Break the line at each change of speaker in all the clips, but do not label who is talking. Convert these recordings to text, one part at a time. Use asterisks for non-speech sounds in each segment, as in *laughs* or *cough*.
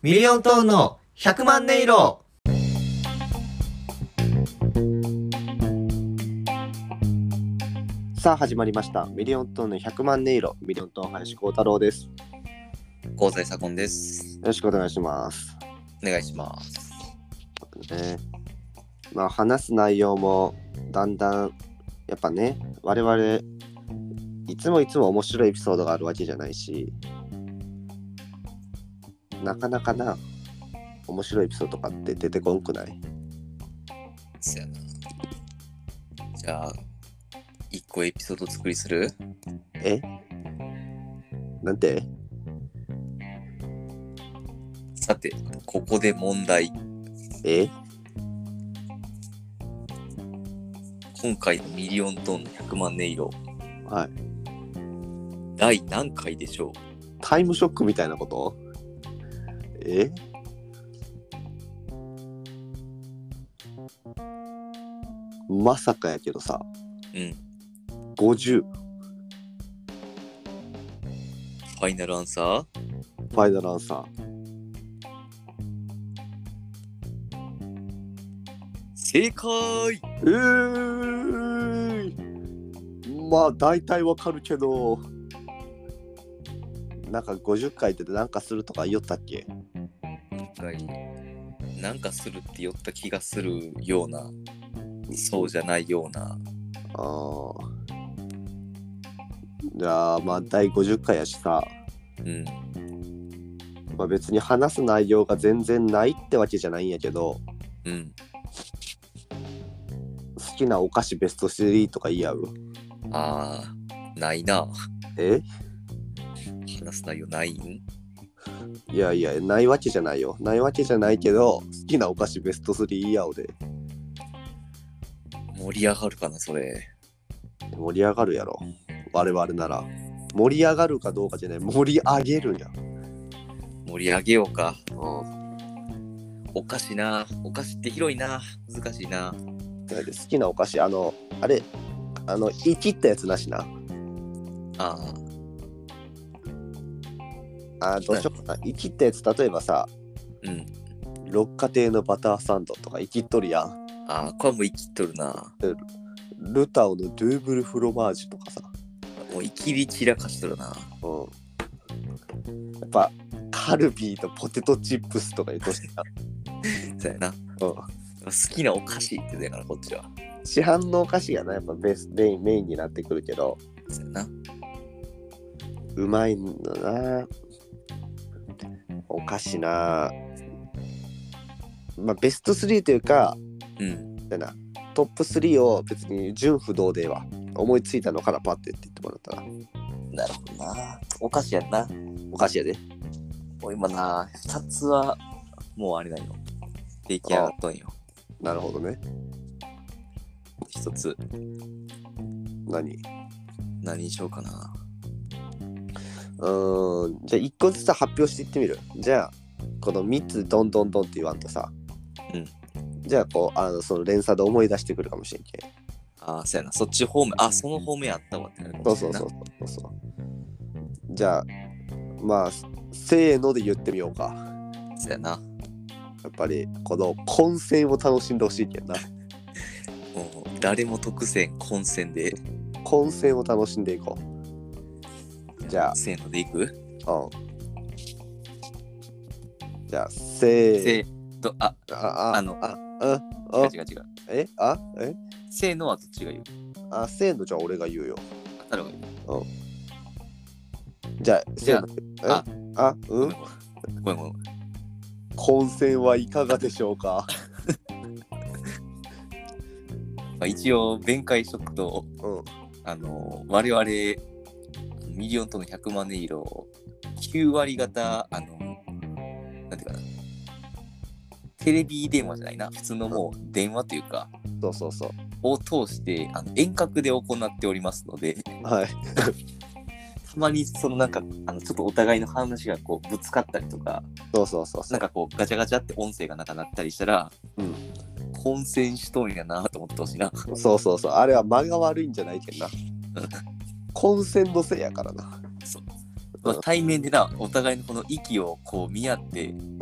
ミリオントーンの100万音色
さあ始まりましたミリオントーンの100万音色ミリオントーン林光太郎ですよ
香西左近です。
ろしくお願いします
お願いします。
ねまあ話す内容もだんだんやっぱね我々いつもいつも面白いエピソードがあるわけじゃないしなかなかな面白いエピソードとかって出てこんくない
そやな。じゃあ、一個エピソード作りする
えなんて
さて、ここで問題。
え
今回のミリオントーンの100万音色、
はい
第何回でしょう
タイムショックみたいなことえまさかやけどさ
うん。
50フ
ファイナルアンサー
ァイナルアンサ
正解
ーえー、まあ大体わかるけどなんか50回ってなんかするとか言おったっけ
今回、なんかするって言った気がするような、そうじゃないような。
あーじゃあまあ第50回やしさ
うん。
まあ、別に話す内容が全然ないってわけじゃないんやけど
うん。
好きなお菓子ベスト3とか言い合う
あー、ないな。
え
話す内容ないん
いやいやないわけじゃないよないわけじゃないけど好きなお菓子ベスト3言い合おうで
盛り上がるかな、それ。
盛り上がるやろ我々なら盛り上がるかどうかじゃない盛り上げるやん
盛り上げようか。
うん
お菓子な。お菓子って広いな。難しいな。
だって好きなお菓子あのあれあの言い切ったやつなしな
ああ、
あーどうしようかな言い切ったやつ例えばさ
うん。
六花亭のバターサンドとか言い切っとるやん
ああ、これはもう生きとるな。
ルタオのドゥーブルフロマージュとかさ
もう生きり散らかしとるな。
うんやっぱカルビーとポテトチップスとか言うとしてた、
そうやな。
う
好きなお菓子って言うやから、こっちは。
ん、市販のお菓子がなやっぱベースメインメインになってくるけど
そうやな。
うまいんだなお菓子なまあベスト3というか
うん。
だなトップ3を別に純不動では思いついたのからパッてって言ってもらったら
なるほどな。お菓子やんな。
お菓子やで
もう今な、二つは、もうあれだよ。出来上がっとんよ。
なるほどね
一つ。
何
何にしようかな。
うーんじゃあ1個ずつ発表していってみるじゃあこの3つどんどんどんって言わんとさ、
うん
じゃあこうあのその連鎖で思い出してくるかもしれんけ
ああ、そうやな。そっち方面、あ、その方面あったわってなるか
そ
も
う
しれ
そう
んな
そうそうそうじゃあまあせーので言ってみようか
そうやな。
やっぱりこの混戦を楽しんでほしいけんな
もう、誰も特選、混戦で。
混戦を楽しんでいこうじゃ
せーのでいく
あうんじゃあせー
せーと、あ、
あ
あの
ああ
違う
あ
違う違う。
えあえ
せーのはどっちが言う
あせーのじゃあ俺が言うよ
太郎が言う。
じゃあ、
じゃ
あ
あ、
あ、
ご
うん
めん、ごめんごめんごめん。
混戦はいかがでしょうか
まあ、一応、弁解しとくと、
うん。
あのー、我々、ミリオンとの100万音色を、9割型、あのー、なんていうかな。テレビ電話じゃないな。普通のもう電話というか、
そうそうそう。
を通して、あの遠隔で行っておりますので、
はい。
たまにそのなんか、あのちょっとお互いの話がこうぶつかったりとか、
そうそうそうそ
な。
うん
かこうガチャガチャって音声がなんか鳴ったりしたら、
うん
混戦しとんやなと思ってほしいな。
そうそうそう。あれは間が悪いんじゃないけんな。混戦のせいやからな。
そうまあ対面でな、お互いのこの息をこう見合って、
うん、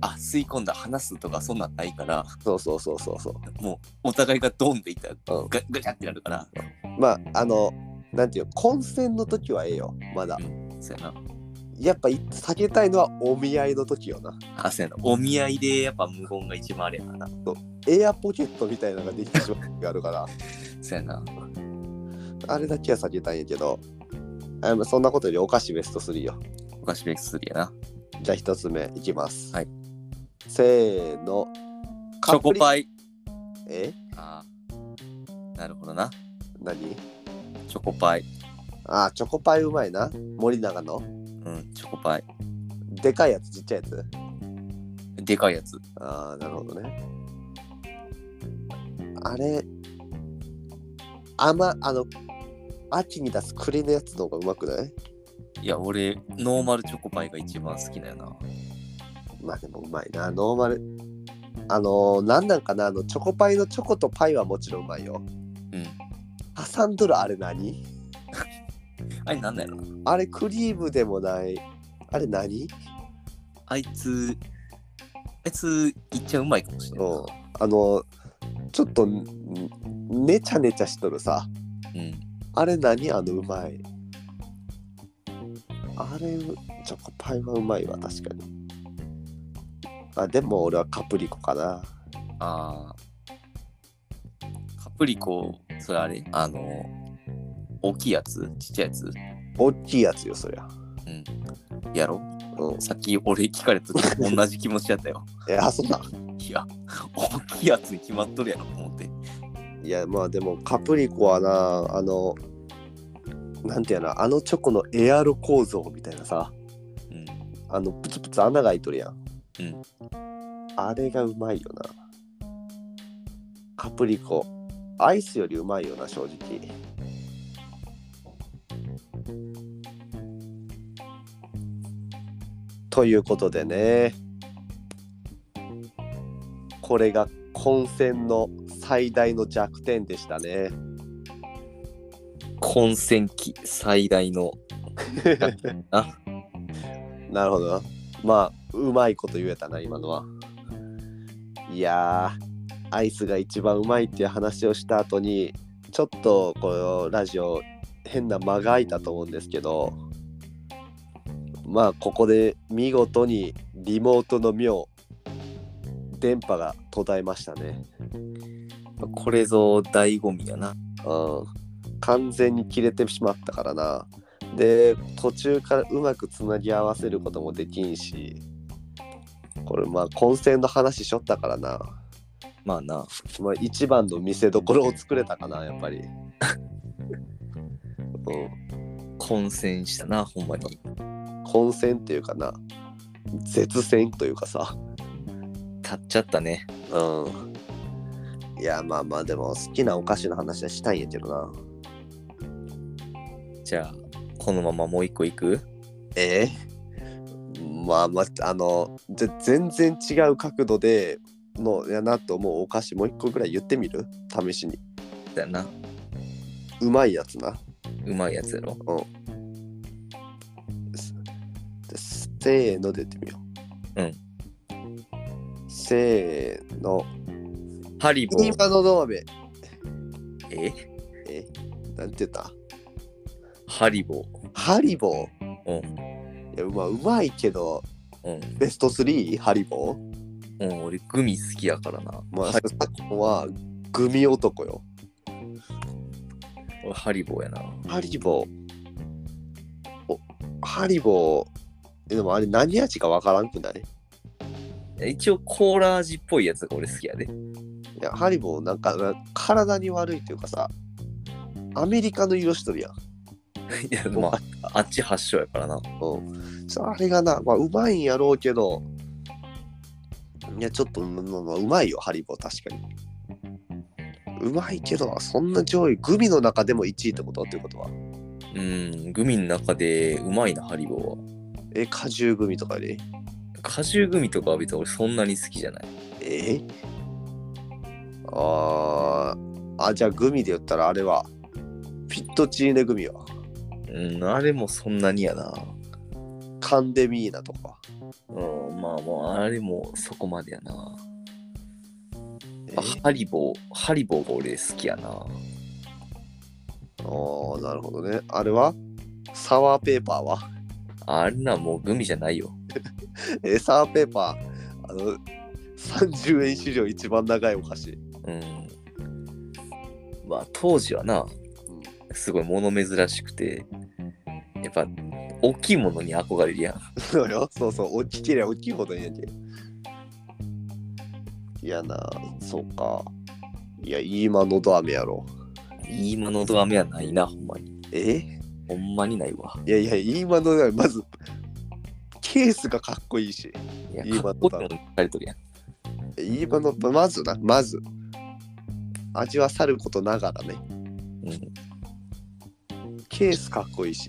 あ、吸い込んだ、話すとかそんなんないから、
そうそうそうそうそ
もうお互いがドンっていったら、
う、うん、
ガガチャってなるから、
まああのなんていう混戦の時はええよまだ
そうやな。
やっぱい避けたいのはお見合いの時よな
あ、そうやな。お見合いでやっぱ無言が一番あれやからな。
エアポケットみたいなのができてしまう時があるから
そうやな。
あれだけは避けたいんやけどあまあそんなことよりお菓子ベスト3よ
お菓子ベックスリやな。
じゃあ一つ目いきます
はい
せーの
チョコ
イ
パイ。
え
あーなるほどな。
何
チョコパイ。
あーチョコパイうまいな森永の
うん、チョコパイ。
でかいやつちっちゃいやつ
でかいやつ。
ああなるほどねあれ甘あの秋に出す栗のやつの方がうまくない
いや、俺、ノーマルチョコパイが一番好きだよな。
まあでもうまいなノーマルあのー、なんなんかなあのチョコパイのチョコとパイはもちろんうまいよ
うん。
挟んどるあれ何
あれなんだよな。
あれクリームでもないあれ何
あいつ、あいつ、いっちゃうまいかもしれないな。
うんあのちょっとんんねちゃねちゃしとるさ
うん。
あれ何あのうまい。あれ、チョコパイはうまいわ、確かに。あ、でも俺はカプリコかな。
あーカプリコ、それあれあの、大きいやつちっちゃいやつ
大きいやつよ、そりゃ。
やろ
うん。
さっき俺聞かれた時と *laughs* 同じ気持ちやったよ。
え、あ、そんな。
いや、大きいやつに決まっとるやろと思って。
いや、まあでもカプリコはな、あの、なんていうの、あのチョコのエアロ構造みたいなさ、
うん。
あの、プツプツ穴が開いとるやん。
うん。
あれがうまいよな。カプリコ、アイスよりうまいよな、正直。ということでね、これが混戦の最大の弱点でしたね。
混戦期最大の。あ、
なるほどな。まあ、うまいこと言えたな、今のは。いやー、アイスが一番うまいっていう話をした後に、ちょっとこのラジオ、変な間が空いたと思うんですけど、まあ、ここで見事にリモートの妙、電波が途絶えましたね。
これぞ醍醐味やな。
うん、完全に切れてしまったからなで途中からうまくつなぎ合わせることもできんしこれまあ混戦の話しょったからな、
まあな。
まあ、一番の見せどころを作れたかなやっぱり、 *laughs* う
混戦したな、ほんまに。
ん、混戦っていうかな絶戦というかさ
立っちゃったね。
うんいやまあまあでも好きなお菓子の話はしたいんやけどな
じゃあ、このままもう一個いく
えーまあまああのじゃ全然違う角度でのやなと思うお菓子もう一個ぐらい言ってみる試しに
だよな。
うまいやつな
うまいやつやろ。
ですですせーので言ってみよう
うん
せーの
ハリボー。
今のどうべ
え
えなんて言った
ハリボ
ハリボー
ー。
いやまあうまいけど
うん。うん。
ベスト 3? ハリボー
うん、俺、グミ好きやからな。
まあ、
ハ
さ
リ
っきのはグミ男よ
俺ハリボーやな。
ハリボー。おハリボー。えでもあれ何味かわからんくないい
一応、コーラ味っぽいやつが俺好きやで。 *laughs*
や、ハリボーなんかな体に悪いというかさ、アメリカの色しとるやん。
いや、まあ、あっち発祥やからな。
うん。ちょあれがな、まあうまいんやろうけど、いや、ちょっと、まあまあうまいよ、ハリボー確かに。うまいけど、そんな上位、グミの中でも1位ってことっていうことは。
うん、グミの中でうまいな、ハリボーは。
え、果汁グミとかより
果汁グミとかは別に俺そんなに好きじゃない。
えあーあ、じゃあグミで言ったらあれは、フィットチーネグミは。
ううん、あれもそんなにやな。
カンデミーナとか。
うん、まあもう、あれもそこまでやな。
え
あハリボー、ハリボーが俺好きやな。
ああ、なるほどね。あれはサワーペーパーは *laughs*
あんなもうグミじゃないよ。
え、サワーペーパー。あの、30円史上一番長いお菓子。 *laughs*
うん。まあ当時はな、すごい物珍しくて、やっぱ大きいものに憧れるやん。
そうよ。そうそう。大きければ大きいほどいいやけ。いやな、そうか。いや、今のど飴やろ。
今のドアメはないな、ほんまに。
え
ほんまにないわ。
いやいや、今のはまず、ケースがかっこいいし、
いや、
いい
か
わ
っこいいの書かれとるやん。
今の、まずな、まず、味はさることながらね、
うん。
ケースかっこいいし。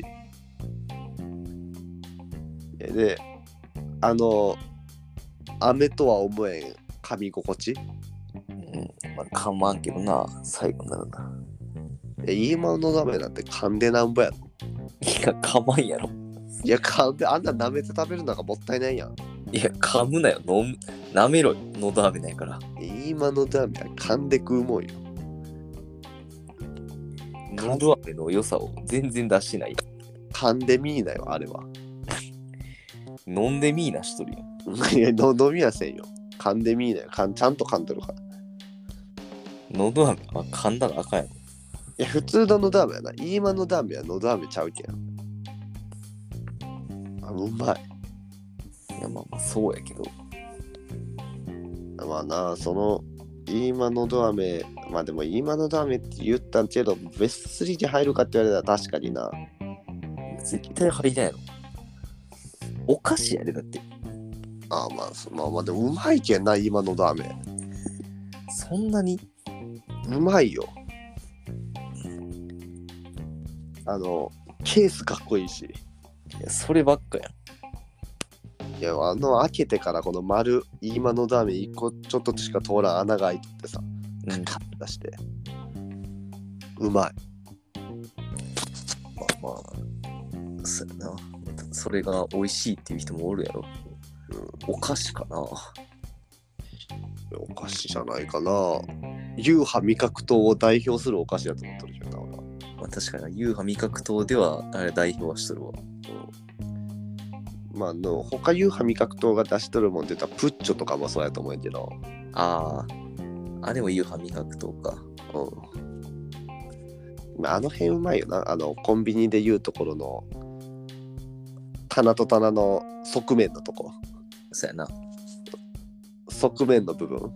いやで、あの、飴とは思えん噛み心地。い
うん、まあ、かまんけどな、最後になるな。 *laughs*
や今の飴なんて噛んでなんぼやろ。
いや、かまんやろ。
いや、噛んで、あんな舐めて食べるのがもったいないやん。
いや、噛むなよ。飲む、舐めろよ。のど飴ないから。
今の飴は噛んで食うもんよ。
のど飴の良さを全然出してない。
噛んでみーなよ、あれは。
飲んでみーなしとるやん。
いや、 *laughs* の飲みはせんよ。噛んでみーなよ。かんちゃんと噛んどるから。
のど飴は噛んだらあかんやろ。
いや、普通ののど飴やな。今のダメはのど飴ちゃうけん。あ、うまい。
いや、まあまあ、そうやけど。
まあな、その、今のど飴、まあでも今のど飴って言ったけど、ベスト3に入るかって言われたら確かにな。
絶対入りないやろ。お菓子やで、だって。
あまあ、そまあまあでもうまいけんな、今のど飴。
そんなに。
うまいよ。あの、ケースかっこいいし。
いや、そればっかやん。
いやあの開けてからこの丸今のダメ一個ちょっとしか通らん穴が開いててさ
うん、ま
カッ出してうまい
あまあ、そうやな。それが美味しいっていう人もおるやろ。お菓子かな。
お菓子じゃないかな優派味覚糖を代表するお菓子だと思ってるけどな俺
まあ、確かに、優派味覚糖では、あれ代表はしとるわ。
まああの他優派味覚糖が出しとるもんって言ったらプッチョとかもそうやと思うんやけど
ああ、あれも優派味覚糖か。
うんまああの辺うまいよなあのコンビニで言うところの棚と棚の側面のとこ
そうやな。
側面の部分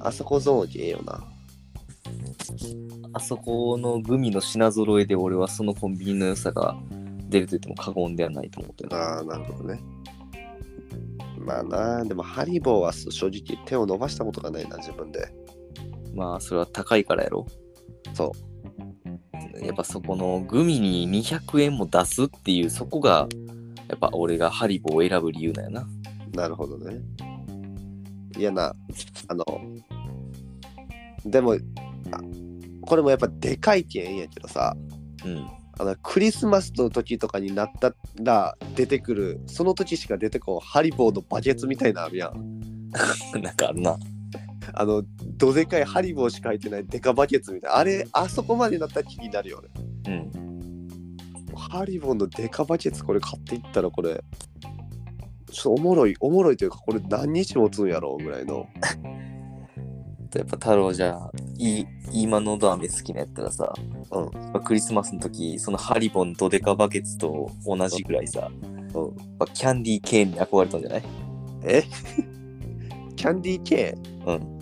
あそこゾーンでええよな
あそこのグミの品揃えで俺はそのコンビニの良さが出ると言っても過言ではないと思ってるな。
ああなるほどねまあなでもハリボーは正直手を伸ばしたことがないな自分で
まあそれは高いからやろ。
そ
やっぱそこのグミに200円も出すっていうそこがやっぱ俺がハリボーを選ぶ理由なんやな。
うなるほどねいやなあのでもあこれもやっぱでかいけんやけどさ
うん。
あのクリスマスの時とかになったら出てくるその時しか出てこんハリボーのバケツみたいなのあるやん
なん *laughs* かあるな。
あのどでかいハリボーしか入ってないデカバケツみたいなあれあそこまでなったら気になるよね
うん。
ハリボーのデカバケツこれ買っていったらこれちょっとおもろいおもろいというかこれ何日持つんやろうぐらいの
やっぱ太郎じゃあいい今のど飴好きなやったらさ、
うん
やっぱクリスマスの時そのハリボーのドデカバケツと同じぐらいさ、
うん
やっぱキャンディーケーンに憧れたんじゃない
えキャンディー系
うん。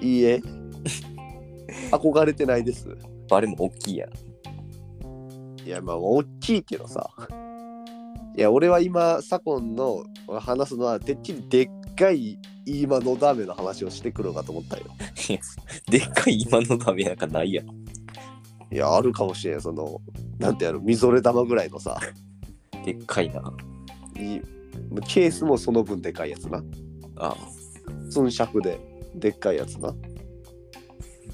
いいえ憧れてないです
あれも大きいやん。 *laughs*
いやまあ大きいけどさいや俺は今左近の話すのはてっきりでっかい今のダメの話をしてくるのかと思ったよ
いやでっかい今のダメなんかないやん。
いやあるかもしれんそのなんてやろみぞれ玉ぐらいのさ
でっかいな。
いいケースもその分でかいやつな
ああ
寸尺ででっかいやつな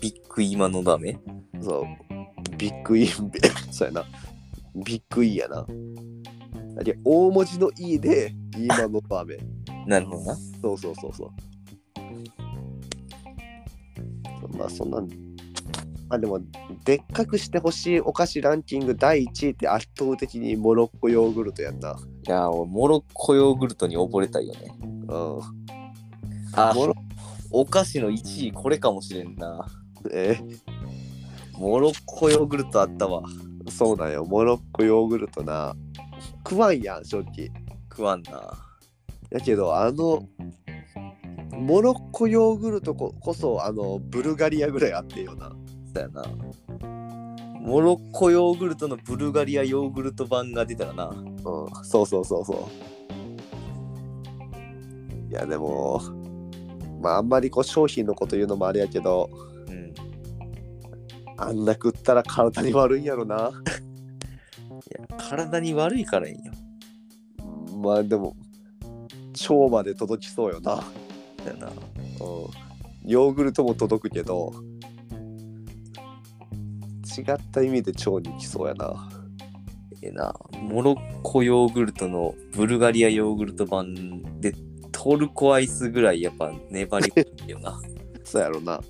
ビッグ今のダメ
そうビッグインビそうやな。ビッグイやな。あれ大文字の E で、今の場面。
なるほどな。
そうそうそうそう。まあそんなん。あでも、でっかくしてほしいお菓子ランキング第1位って圧倒的にモロッコヨーグルトやんな。
いやー、俺、モロッコヨーグルトに溺れたいよね。
うん。
あ
モロ
お菓子の1位、これかもしれんな。
え
モロッコヨーグルトあったわ。
そうなんよ。モロッコヨーグルトな。食わんやん、正直。
食わんな。
やけど、あの、モロッコヨーグルトここそ、あの、ブルガリアぐらいあってよな。
そうやな。モロッコヨーグルトのブルガリアヨーグルト版が出たらな。
うん、そうそうそうそう。いや、でも、まあ、あんまりこう商品のこと言うのもあれやけど、
うん。
あんな食ったら体に悪いんやろな。
いや、体に悪いからいいよ。
まあ、でも、腸まで届きそうよな。
だよ
う
な。
ん、ヨーグルトも届くけど、違った意味で腸に来そうやな。
ええな。モロッコヨーグルトのブルガリアヨーグルト版で、トルコアイスぐらいやっぱ粘りっぽいよな。 *laughs*
そうやろな。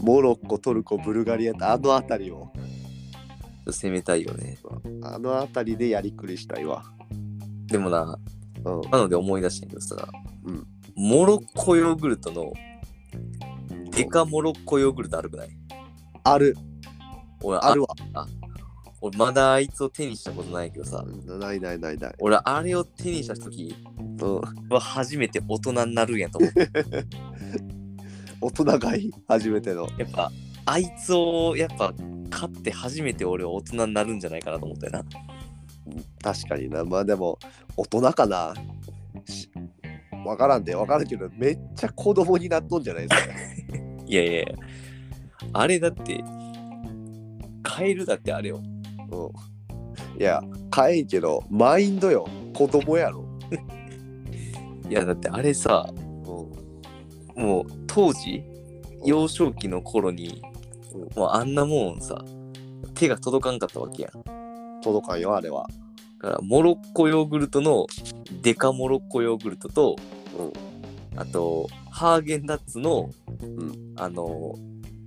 モロッコ、トルコ、ブルガリアってあの辺りを、
攻めたいよね。
あの辺りでやりくりしたいわ。
でもな、
うん。
なので思い出したけどさ、
うん
モロッコヨーグルトのデカモロッコヨーグルトあるくない
ある、
俺
あ
あ
るわ。
俺まだあいつを手にしたことないけどさ、
ないないないない。
俺あれを手にした時
うん、
は初めて大人になるんやと思う。
大人買い初めての。
やっぱあいつをやっぱ勝って初めて俺は大人になるんじゃないかなと思ったよな。
確かにな。まあでも、大人かな。しわからんで、わからんけど、めっちゃ子供になっとんじゃないですか。
いやいやいやあれだって、カエルだってあれよ。
うん、いや、かえんけど、マインドよ。子供やろ。
いやだってあれさ、もう当時幼少期の頃に
う
もうあんなもんさ手が届かんかったわけやんだ
届かんよ、あれは。
からモロッコヨーグルトのデカモロッコヨーグルトとあとハーゲンダッツの、
ん
あの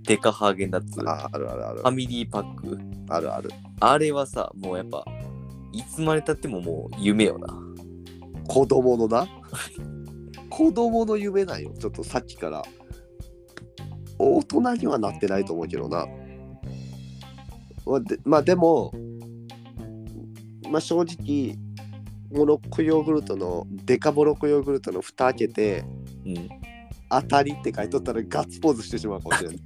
デカハーゲンダッツフ
ああるあるある。
ァミリーパック
あるある。
あれはさもうやっぱいつまでたってももう夢よな
子供のな。子供の夢なんよ。ちょっとさっきから。大人にはなってないと思うけどな。まあでまあでも、まあ正直、モロッコヨーグルトの、デカモロッコヨーグルトの蓋開けて、
うん
当たりって書いとったらガッツポーズしてしまうかもしれない。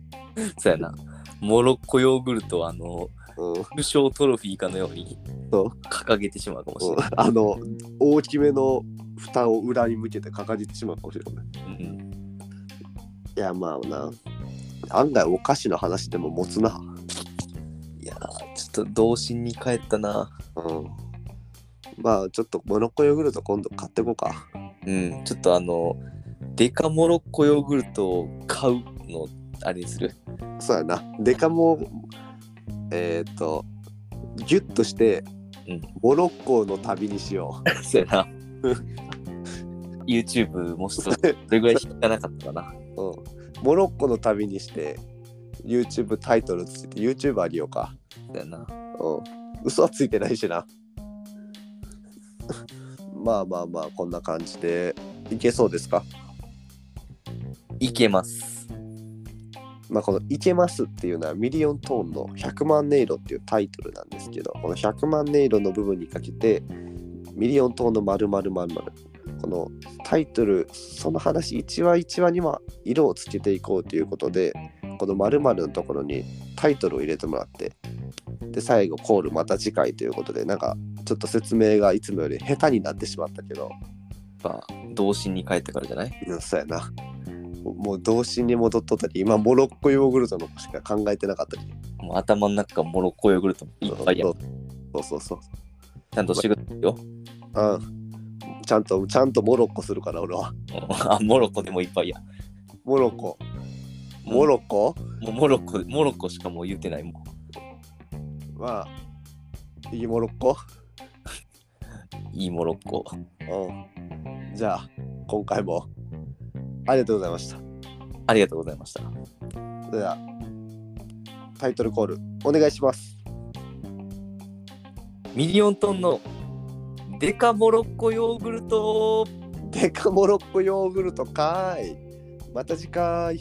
そうやなモロッコヨーグルトはあの
うん
優勝トロフィーかのように
そう
掲げてしまうかもしれない
あの大きめの蓋を裏に向けて掲げてしまうかもしれない。
うん
いやまあな案外お菓子の話でも持つな。
いやー、ちょっと童心に帰ったな。
うん。まあちょっとモロッコヨーグルト今度買ってこうか。
うん、ちょっとあの、デカモロッコヨーグルトを買うの、あれにする。 *laughs*
そうやな。デカもえっ、とギュッとして、
うん
モロッコの旅にしよ
そうやな。YouTube もちょっと、どれぐらい引かなかったかな。
う。うん。モロッコの旅にして。YouTube タイトルついて YouTube あげようか。
そうやな。
うん。嘘はついてないしな。 *laughs* まあまあまあ、こんな感じでいけそうですか。
いけます。
まあ、この「いけます」っていうのはミリオントーンの「100万音色」っていうタイトルなんですけどこの「100万音色」の部分にかけてミリオントーンの〇〇〇〇このタイトルその話一話一話には色をつけていこうということでこの〇〇のところにタイトルを入れてもらってで最後コールまた次回ということでなんかちょっと説明がいつもより下手になってしまったけど
やっぱ、童心に帰ったからじゃない
うんそうやなもうもう童心に戻っとったり今モロッコヨーグルトのことしか考えてなかったり
もう頭の中がモロッコヨーグルトいっぱいや
そう。
ん
そうそうそう
ちゃんと仕事よ。
うんちゃんとちゃんとモロッコするから俺は
うん *laughs* あ、モロッコでもいっぱいや。
モロッコモロッコ
もうモロッコ、モロッコしかもう言ってないもん。
まあいいモロッコ
いいモロッコ。
うんじゃあ今回もありがとうございました
ありがとうございました。
それではタイトルコールお願いします
ミリオントンのデカモロッコヨーグルト
デカモロッコヨーグルトかーいまた次回